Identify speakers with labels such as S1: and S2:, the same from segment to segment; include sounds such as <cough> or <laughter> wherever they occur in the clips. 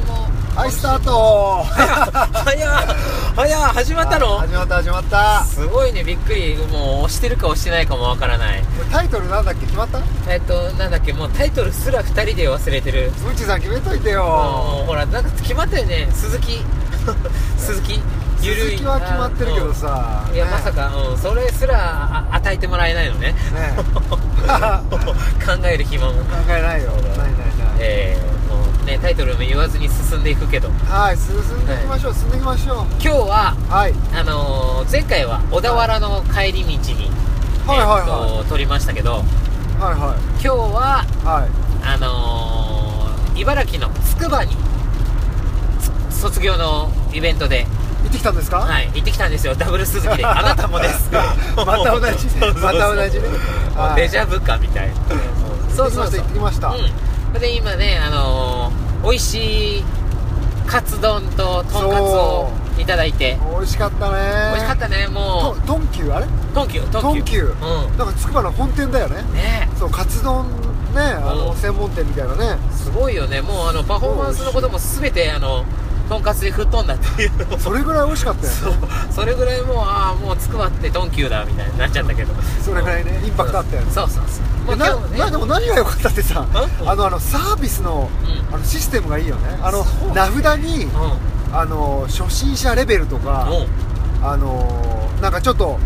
S1: はいスタート
S2: 早っ早っ始まったの
S1: 始まった始まった
S2: すごいねびっくりもう押してるか押してないかもわからない
S1: これタイトルなんだっけ決まった
S2: えっとなんだっけもうタイトルすら2人で忘れてる
S1: うちさん決めといてよ
S2: もうほらなんか決まったよね鈴
S1: <laughs>
S2: 木鈴木ゆるい
S1: 鈴木は決まってるけどさ
S2: うんいやまさ
S1: ね
S2: か、うん、それすらあ与えてもらえないの <laughs> ね
S1: ね
S2: 考える暇も
S1: 考えないよないないない
S2: えー、もうねタイトルも言わずに進んでいくけど
S1: はい進んでいきましょう進んでいきましょ
S2: 今日は
S1: うはい
S2: あのー前回は小田原の帰り道に、
S1: はいはいはい
S2: えっと撮りましたけど
S1: はいは
S2: 今日はい
S1: はい
S2: あのー茨城のつくばにつ卒業のイベントで、
S1: 行ってきたんですか
S2: はい、行ってきたんですよダブル鈴
S1: <laughs>
S2: 木であなたもです
S1: また同じ
S2: <laughs> そうそうそう
S1: また同じねはい
S2: デジャブかみたいな
S1: 行ってきました行ってきました
S2: うん、それで今ねあのー、美味しいカツ丼ととんかつをいただいて
S1: 美味しかったね
S2: 美味しかったねも
S1: とトンキューあれ
S2: うトンキュートンキュー
S1: トンキュ
S2: う
S1: なんかつくばの本店だよね
S2: んね
S1: そうカツ丼ねあ
S2: う
S1: の
S2: ん
S1: 専門店みたいなね
S2: えすごいよねもうあのパフォーマンスのことも全てあのとんかつで吹っ飛んだっていう <laughs>
S1: それぐらい美味しかったよね
S2: そうそれぐらいもうああもうつくばってドンキューだみたいになっちゃったけど
S1: それぐらいねインパクトあったよね
S2: そうそうそうもう
S1: な
S2: 今日ね
S1: なでも何が良かったってさ
S2: ん
S1: あのあのサービスの,、
S2: うん
S1: あのシステムがいいよねあの
S2: そう
S1: 名札に
S2: うん
S1: あの初心者レベルとか
S2: うん
S1: あのなんかちょっと、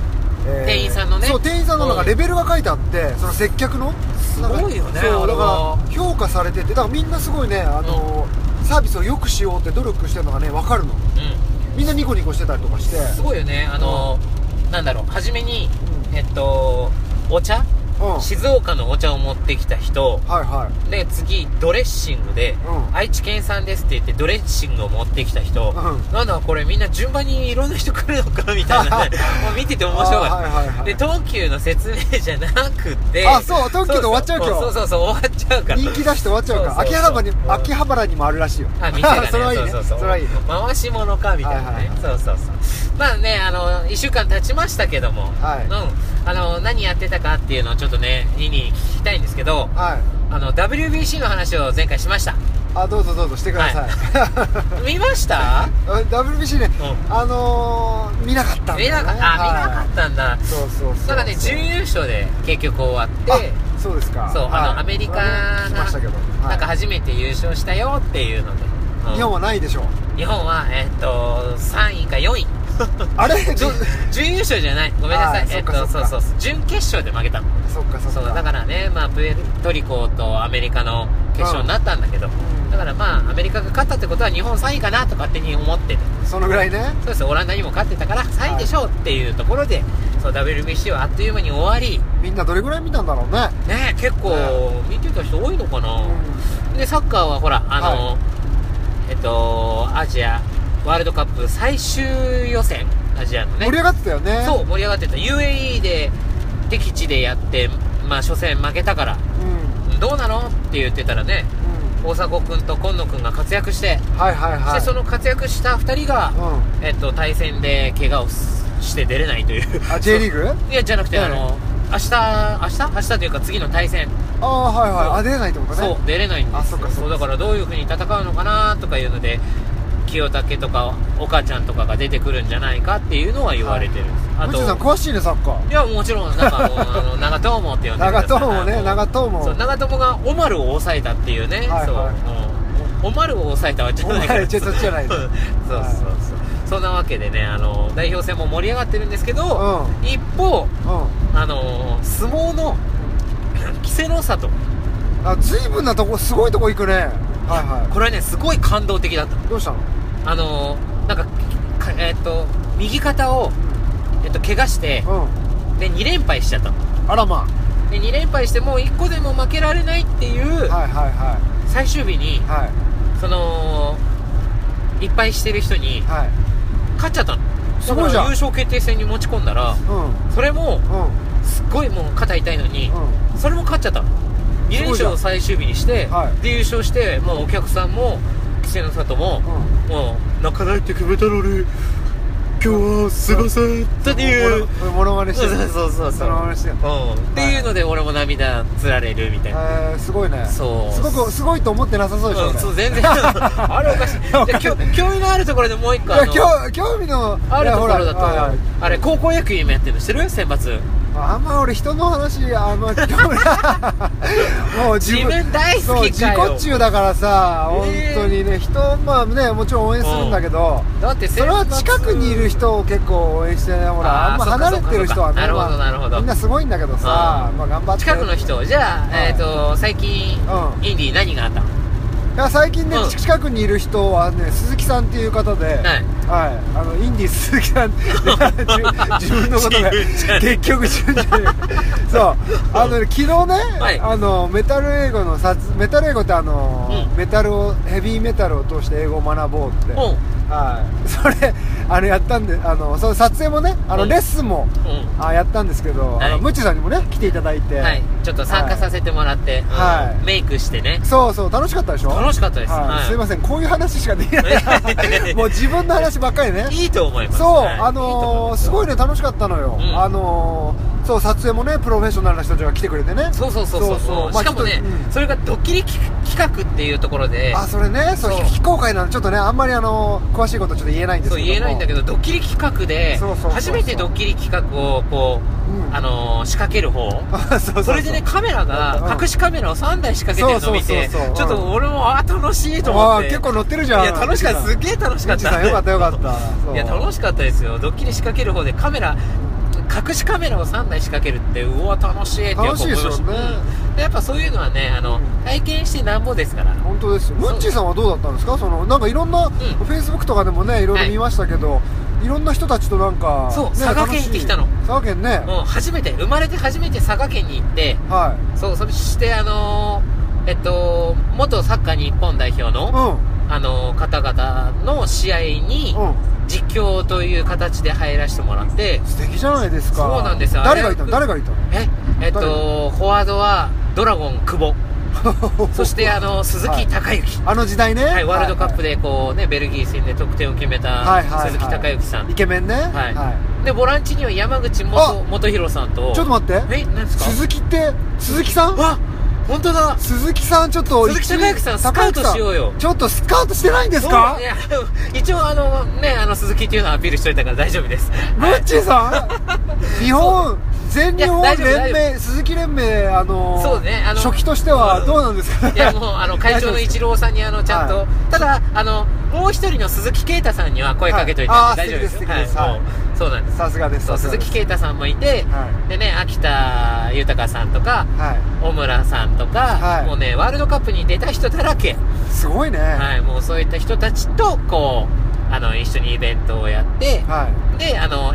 S1: え
S2: 店員さんのね
S1: そう店員さんのなんか
S2: うん
S1: レベルが書いてあってその接客のす
S2: ごいよね
S1: そう
S2: あれ
S1: だ
S2: は
S1: から評価されててだからみんなすごいねあの、サービスを良くしようって努力してるのがね分かるのみんなニコニコしてたりとかして
S2: うんすごいよねあのなんだろう初めに
S1: うん
S2: えっとお茶
S1: うんはい
S2: 静岡のお茶を持ってきた人
S1: はい
S2: で次ドレッシングで、
S1: うん
S2: 愛知県産ですって言ってドレッシングを持ってきた人、
S1: うん
S2: なんだこれみんな順番にいろんな人来るのかみたい
S1: <laughs>
S2: なねもう見てて面白
S1: あ
S2: か
S1: ーはいはい
S2: った
S1: は
S2: で
S1: い
S2: 東急の説明じゃなくて
S1: あそう東急で終わっちゃう今日
S2: そうそうそう終わっちゃうから
S1: 人気出して終わっちゃうから
S2: そうそう
S1: 秋
S2: そう
S1: 葉原に
S2: うん
S1: 秋葉原にもあるらしいよ
S2: あ店がね
S1: <laughs> それはいいね
S2: そうそうそう
S1: れはいいね
S2: 回し物かみたいなね、
S1: はいはい
S2: そうそうそうまあねあの1週間経ちましたけども、
S1: はい
S2: うん、あの何やってたかっていうのをちょっとねニーに聞きたいんですけど
S1: はい
S2: あの WBC の話を前回しました
S1: あどうぞどうぞしてください、
S2: 見ました
S1: <laughs> あ WBC ね、
S2: う
S1: あのー、見なかったんだよね
S2: 見なかった、あ見なかったんだ
S1: たそうそうそう
S2: だからね準優勝で結局終わって
S1: あそうですか
S2: そうあ
S1: はい
S2: のアメリカが
S1: それはね聞きましたけど、はい
S2: なんか初めて優勝したよっていうのでうん
S1: 日本はないでしょう
S2: 日本はえっと3位か4位 <laughs>
S1: あれ
S2: 準準優勝じゃないごめんなさ
S1: あ
S2: い
S1: ー
S2: えっ
S1: そっ
S2: と
S1: かそ
S2: そ
S1: っ
S2: う
S1: か
S2: そうそう準決勝で負けたの
S1: そっかそっか
S2: そうだからねまあプエルトリコとアメリカの決勝になったんだけど
S1: ん
S2: だからまあアメリカが勝ったってことは日本3位かなと勝手に思ってて
S1: そのぐらいね
S2: そうですオランダにも勝ってたから3位でしょうっていうところで、そう WBC はあっという間に終わり
S1: みんなどれぐらい見たんだろうね、
S2: ね結構見てた人多いのかな、でサッカーはほらあの、
S1: は
S2: えっとアジアワールドカップ最終予選アジアのね
S1: 盛り上がってたよね
S2: そう盛り上がってた UAE で敵地でやってまあ初戦負けたから
S1: うん、うん
S2: どうなのって言ってたらね大迫君と今野君が活躍して、
S1: はいはい
S2: そ
S1: はい
S2: してその活躍した2人が、
S1: う、
S2: えっと、対戦で怪我をすして出れないというん
S1: あ J リーグ
S2: いやじゃなくて、
S1: はい
S2: あの明日明日明日というか次の対戦、
S1: ああはいはいあ出れないってことね
S2: そう出れないんですよ
S1: あそっかそっか
S2: うだからどういうふうに戦うのかなとかいうので清武とか岡ちゃんとかが出てくるんじゃないかっていうのは言われてる、あ
S1: 宇宙さん
S2: と
S1: 詳しいねサッカー
S2: いやもちろん
S1: <laughs>
S2: なんかもうあの長友って呼んでくだ
S1: 長
S2: さい
S1: 友
S2: あ
S1: ね
S2: の
S1: 長友
S2: そう長友がオマルを抑えたっていうね、
S1: はい
S2: そう、
S1: はい
S2: うんオマルを抑えたはちょっとね
S1: オマルちょっとじゃない
S2: そうそうそう、そんなわけでねあの代表戦も盛り上がってるんですけど、
S1: う
S2: 一方
S1: う
S2: あのー相撲の稀勢の里
S1: んあ随分なとこすごいとこ行くねはいは
S2: これはねすごい感動的だった
S1: いどうしたの
S2: あのーなんかかえっと右肩を、えっと、怪我して
S1: う
S2: で2連敗しちゃったの
S1: んあらま
S2: で2連敗してもう1個でも負けられないっていう
S1: あはいはいは
S2: 最終日に
S1: いはい
S2: そのいっぱいしてる人に
S1: はい
S2: 勝っちゃったの
S1: すごいじゃ
S2: だから
S1: ん
S2: 優勝決定戦に持ち込んだら
S1: うん
S2: それも
S1: うん
S2: すっごいもう肩痛いのに、
S1: う
S2: それも勝っちゃった2連
S1: すごいじ
S2: 勝
S1: ゃん
S2: を最終日にして、
S1: はい
S2: で優勝してもうお客さんも稀勢の里も、
S1: ん
S2: もう泣かないって決めたのに今日はすごさったっていう
S1: うんモノマネし
S2: そ
S1: て
S2: うそう
S1: る
S2: そうそう
S1: そのまましてる
S2: うんっていうので俺も涙つられるみたい
S1: え
S2: な、
S1: ーすごいね
S2: そう
S1: すごくすごいと思ってなさそうでし
S2: う
S1: ょ
S2: ん
S1: <laughs> 俺
S2: そう全然あれおかしい
S1: やわ
S2: で
S1: かる
S2: 興興味のあるところでもう一個
S1: い
S2: あ
S1: や
S2: の
S1: 興興味の
S2: あ
S1: い
S2: る
S1: や
S2: とこ
S1: ほ
S2: ろだと
S1: ら
S2: あれ高校野球今やってるの知ってる選抜
S1: あんま俺人の話あんま興味
S2: <laughs>
S1: ないもう
S2: 自分大好きか
S1: そう
S2: よ
S1: 自己中だからさ本
S2: ええ
S1: 当にね人まあねもちろん応援するんだけど、
S2: だって
S1: それは近くにいる人を結構応援してねほらあ
S2: あー
S1: んま離れてる人は
S2: そっかそっか
S1: ねまあ
S2: なるほどなるほど
S1: みんなすごいんだけどさ
S2: うん
S1: まあ頑張って
S2: 近くの人じゃあ、
S1: ん
S2: えっ、と最近、
S1: うん
S2: インディー何があったの
S1: いや最近ね、
S2: うん
S1: 近くにいる人はね鈴木さんっていう方で、はい
S2: い
S1: あのインディ鈴木さん
S2: <laughs>
S1: 自分のことが
S2: 自分じゃね
S1: 結局自分じゃねえそうあのね昨日ね、
S2: はい
S1: あのメタル英語の撮メタル英語ってあの、
S2: うん
S1: メタルをヘビーメタルを通して英語を学ぼうって、
S2: うん
S1: はいそれあのやったんであのその撮影もねあの、
S2: うん
S1: レッスンも
S2: う
S1: あやったんですけど、
S2: はい
S1: あのムッチさんにもね来ていただいて、
S2: んはいちょっと参加させてもらって、
S1: はい
S2: うんメイクしてね
S1: そうそう楽しかったでしょ
S2: 楽しかったです
S1: はい
S2: はい
S1: すいませんこういう話しかでき
S2: <laughs>
S1: ないもう自分の話ばっかりね
S2: いいと思います
S1: そう、
S2: はい
S1: あのーすごい
S2: い
S1: ね楽しかったのよ、
S2: うん
S1: あのーそう撮影もねプロフェッショナルな人たちが来てくれて
S2: と思い
S1: ね
S2: ますそうそうそうそう
S1: そうまあ
S2: しかもね
S1: ちょっとうん
S2: それがドッキリ企企画っていうところで
S1: あそれねそう
S2: そう
S1: 非公開なのちょっとねあんまりあのー詳しいことちょっと言えないんです
S2: そう
S1: けども
S2: 言えないんだけどドッキリ企画で
S1: そうそうそうそう
S2: 初めてドッキリ企画をこう、
S1: うん
S2: あのー仕掛ける方
S1: あ <laughs> そうそうそう
S2: それでねカメラが
S1: うん
S2: 隠しカメラを3台仕掛けてるのを見て
S1: そうそうそうそう
S2: ちょっと俺もあ楽しいと思
S1: あ
S2: っ
S1: ー
S2: て
S1: 結構乗ってる
S2: い
S1: じゃん
S2: や楽しかったすっ
S1: ム
S2: げえ楽しか
S1: ッ
S2: っ
S1: チさ
S2: た
S1: んよかったよかったそう
S2: いや楽しかったですよドッキリ仕掛ける方でカメラ隠しカメラを3台仕掛けるってうわ楽しいってやっぱ
S1: 楽しいですよね
S2: 思いましたうんでやっぱそういうのはねあの、
S1: うん
S2: 体験してなんぼですから
S1: 本当ですよムッチーさんはどうだったんですかそのなんかいろんな、フェイスブックとかでもねいろいろ見ましたけど、い、ろんな人たちとなんか
S2: そう
S1: ね
S2: 佐賀県行ってきたの
S1: 楽しい佐賀県ね、
S2: もう初めて生まれて初めて佐賀県に行って
S1: は
S2: そうそれしてあのーえっと元サッカー日本代表の、
S1: い
S2: あのー方々の試合に
S1: うんうん
S2: 実況という形で入らせてもらって
S1: 素敵じゃないですか
S2: そうなんですよ
S1: 誰がいた
S2: あ
S1: の
S2: れ
S1: 誰がいたの
S2: ええっとフォワードはドラゴン久保
S1: <laughs>
S2: そしてあの鈴木孝之、
S1: あの時代ね、
S2: はい、ワールドカップでこうね、ベルギー戦で得点を決めた鈴木孝之さん、
S1: イケメンね
S2: はいで、ボランチには山口
S1: あ
S2: 元元弘さんと、
S1: ちょっと待って
S2: え、何ですか
S1: 鈴木って鈴木さん
S2: あ、本当だ
S1: 鈴木さんちょっと
S2: 鈴木孝之さんスカウトしようよ
S1: ちょっとスカウトしてないんですか
S2: そういや <laughs> 一応あのね、あの鈴木っていうのはアピールしといたから大丈夫
S1: <laughs>
S2: です。
S1: ムッチーさん日本全日
S2: いや
S1: 本
S2: 大丈夫
S1: 連盟鈴木連盟あの
S2: そうねあの
S1: 初期としては
S2: うん
S1: どうなんですか
S2: いやもうあの会長の一郎さんにあのちゃんと、
S1: はい
S2: ただあのもう一人の鈴木啓太さんには声かけといて、
S1: はいあー
S2: 大丈夫です
S1: 素敵です素敵です
S2: はい
S1: はい
S2: もうそうなんです
S1: さすがです
S2: そう
S1: さす
S2: 鈴
S1: がです
S2: 木啓太さんもいて、
S1: は
S2: でね秋田豊さんとか
S1: は
S2: 小村さんとか、
S1: はい
S2: もうねワールドカップに出た人だらけ、
S1: いすごいねは
S2: はい、もうそういった人たちとこうあの一緒にイベントをやって、
S1: い
S2: であの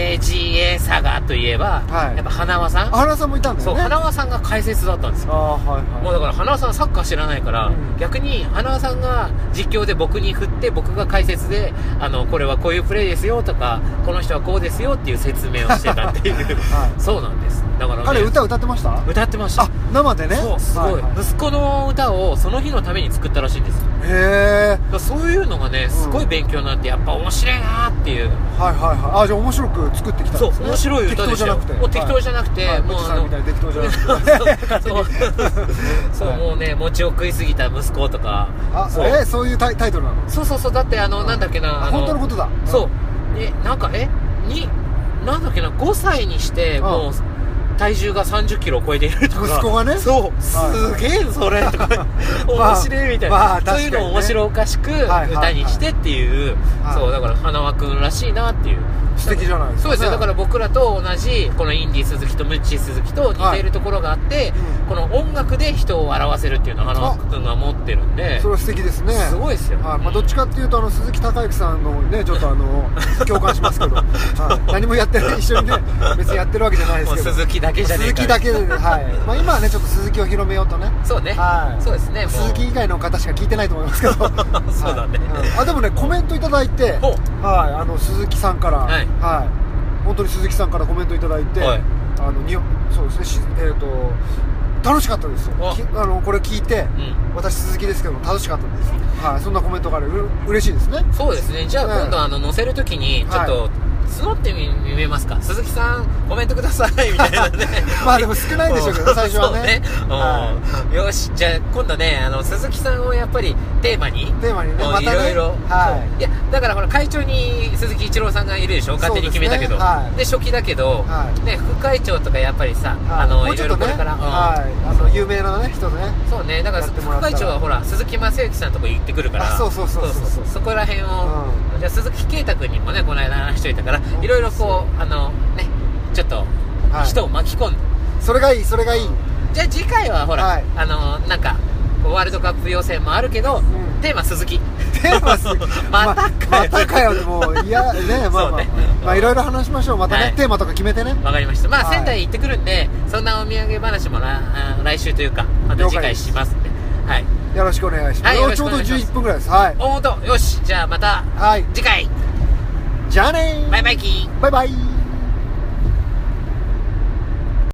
S2: SAGA 佐賀といえば、
S1: はい
S2: やっぱ花輪さん、
S1: あ原さんもいたんだ
S2: そ
S1: よ
S2: う
S1: ね
S2: 花輪さんが解説だったんですよ
S1: ああーはいはい
S2: もうだから花輪さんサッカー知らないから、
S1: うん
S2: 逆に花輪さんが実況で僕に振って僕が解説であのこれはこういうプレーですよとかこの人はこうですよっていう説明をしてたっていう、
S1: <laughs> は
S2: そうなんですだから、ね、
S1: 彼歌歌ってました
S2: 歌ってました
S1: あ生でね
S2: そうすごい、
S1: はは
S2: 息子の歌をその日のために作ったらしいんですだか
S1: へえ
S2: らそういうのがねすごい勉強になってやっぱ面白いなーっていう、
S1: はいはいはいあじゃあ面白く作ってきたん
S2: そ
S1: で
S2: う
S1: す、ね、
S2: 面白い歌で
S1: 適当
S2: し
S1: じゃ
S2: た
S1: な
S2: よ
S1: くて
S2: もう適当じゃなくて、
S1: はい
S2: もう
S1: も
S2: あ
S1: さんみたい
S2: の
S1: に適当じゃなくて <laughs>
S2: そうそう
S1: はい
S2: もうね餅を食いすぎた息子とか
S1: あ
S2: そう
S1: えーそういうタイタイトルなの
S2: そうそうそうだってあの、
S1: うん
S2: なんだっけな
S1: あ
S2: あ
S1: 本当のことだ
S2: そうえなんかえになんだっけな5歳にして
S1: うん
S2: もう体重が3 0キロを超えているとか
S1: 息子がね
S2: そうすげえそれとか
S1: まあ
S2: <laughs> 面白いみたい
S1: まあ
S2: な
S1: 確
S2: そう
S1: か
S2: い
S1: に
S2: う
S1: ね
S2: のを面白おかしく
S1: はい
S2: 歌にしてっていう
S1: はい
S2: そうだから花輪君らしいなっていう
S1: 素敵じゃないですか
S2: そうですよだから僕らと同じこのインディ鈴木とムッチー鈴木と似ているところがあって
S1: う
S2: こ
S1: ん
S2: の音楽で人を表せるっていうのを花輪君が持ってるんで
S1: それは素敵ですね
S2: すごいですよ
S1: はいまあ、どっちかっていうとあの鈴木孝之さんのねちょっとあの共感しますけど、はい、何もやってない一緒にね別にやってるわけじゃないで
S2: も
S1: す
S2: う
S1: けど
S2: 鈴木だけじゃねえ
S1: 鈴
S2: か
S1: 木だけ
S2: <laughs>
S1: で、はいまあ、今はねちょっと鈴木を広めようとね
S2: そうね、
S1: はい
S2: そうですねもう
S1: 鈴木以外の方しか聞いてないと思いま
S2: <laughs>
S1: すけどそう
S2: だね
S1: あでもねコメントいただいて、
S2: ほう
S1: はい、あの鈴木さんから、
S2: はい
S1: い本当に鈴木さんからコメントいただいて、
S2: はい
S1: あのにそうですねしえっ、と楽しかったですよ
S2: あ
S1: きあのこれ聞いて、
S2: う
S1: 私鈴木ですけども楽しかったです、はい、そんなコメントがあるう嬉しいですね
S2: そうですねじゃあ
S1: うん
S2: 今度あの載せるときにちょっと、
S1: はい
S2: 募ってみ見えますか鈴木さんコメントくださいみたいな
S1: <laughs>
S2: ね
S1: まあでも
S2: <laughs>
S1: 少ないでしょうけどね最初は
S2: そ
S1: ね
S2: うね、うんよしじゃあ今度ねあの鈴木さんをやっぱりテーマに
S1: テーマにね
S2: もう
S1: またね
S2: いろいろ
S1: はい
S2: そういやだからほら会長に鈴木一郎さんがいるでしょ勝手に決めたけどで,、
S1: そうですねはい
S2: 初期だけど、
S1: はい
S2: ね、副会長とかやっぱりさ、
S1: はい
S2: あの
S1: もう
S2: い
S1: ちょ
S2: ろ
S1: っ
S2: い
S1: と
S2: ろ
S1: ね
S2: これから、うん
S1: はいあの有名なね人ね
S2: そうねだから
S1: やって
S2: 副
S1: もらったら
S2: 会長はほら鈴木正幸さんとか行ってくるから
S1: あそうそうそうそう
S2: そそこら辺を、じゃあ鈴木啓太君にもねこの間話しといたから
S1: ん
S2: いろいろこうあのねちょっと
S1: はい
S2: 人を巻き込んで、
S1: それがいいそれがいい
S2: じゃあ次回はほら、
S1: はい
S2: あのなんかこうワールドカップ予選もあるけど、
S1: ん
S2: テーマ鈴木
S1: テーマす
S2: <laughs> またか
S1: ま
S2: よ
S1: またかよでもいや
S2: <laughs>
S1: ねまあ
S2: そう
S1: まあ
S2: ね
S1: まあいろいろ話しましょうまた
S2: は
S1: ね
S2: い
S1: テーマとか決めてね
S2: わかりましたまあ、
S1: はい
S2: 仙台行ってくるんでそんなお土産話もなあ来週というかまた次回しますんではい
S1: よろしくお願いしま
S2: はい
S1: す
S2: よ
S1: もう
S2: ろし
S1: ち
S2: くお願いしま
S1: ょうど
S2: す
S1: 11分ぐらいですはい
S2: おおとよしじゃあまた
S1: はい
S2: 次回
S1: じゃあねー
S2: バイバイキーン
S1: バイバイ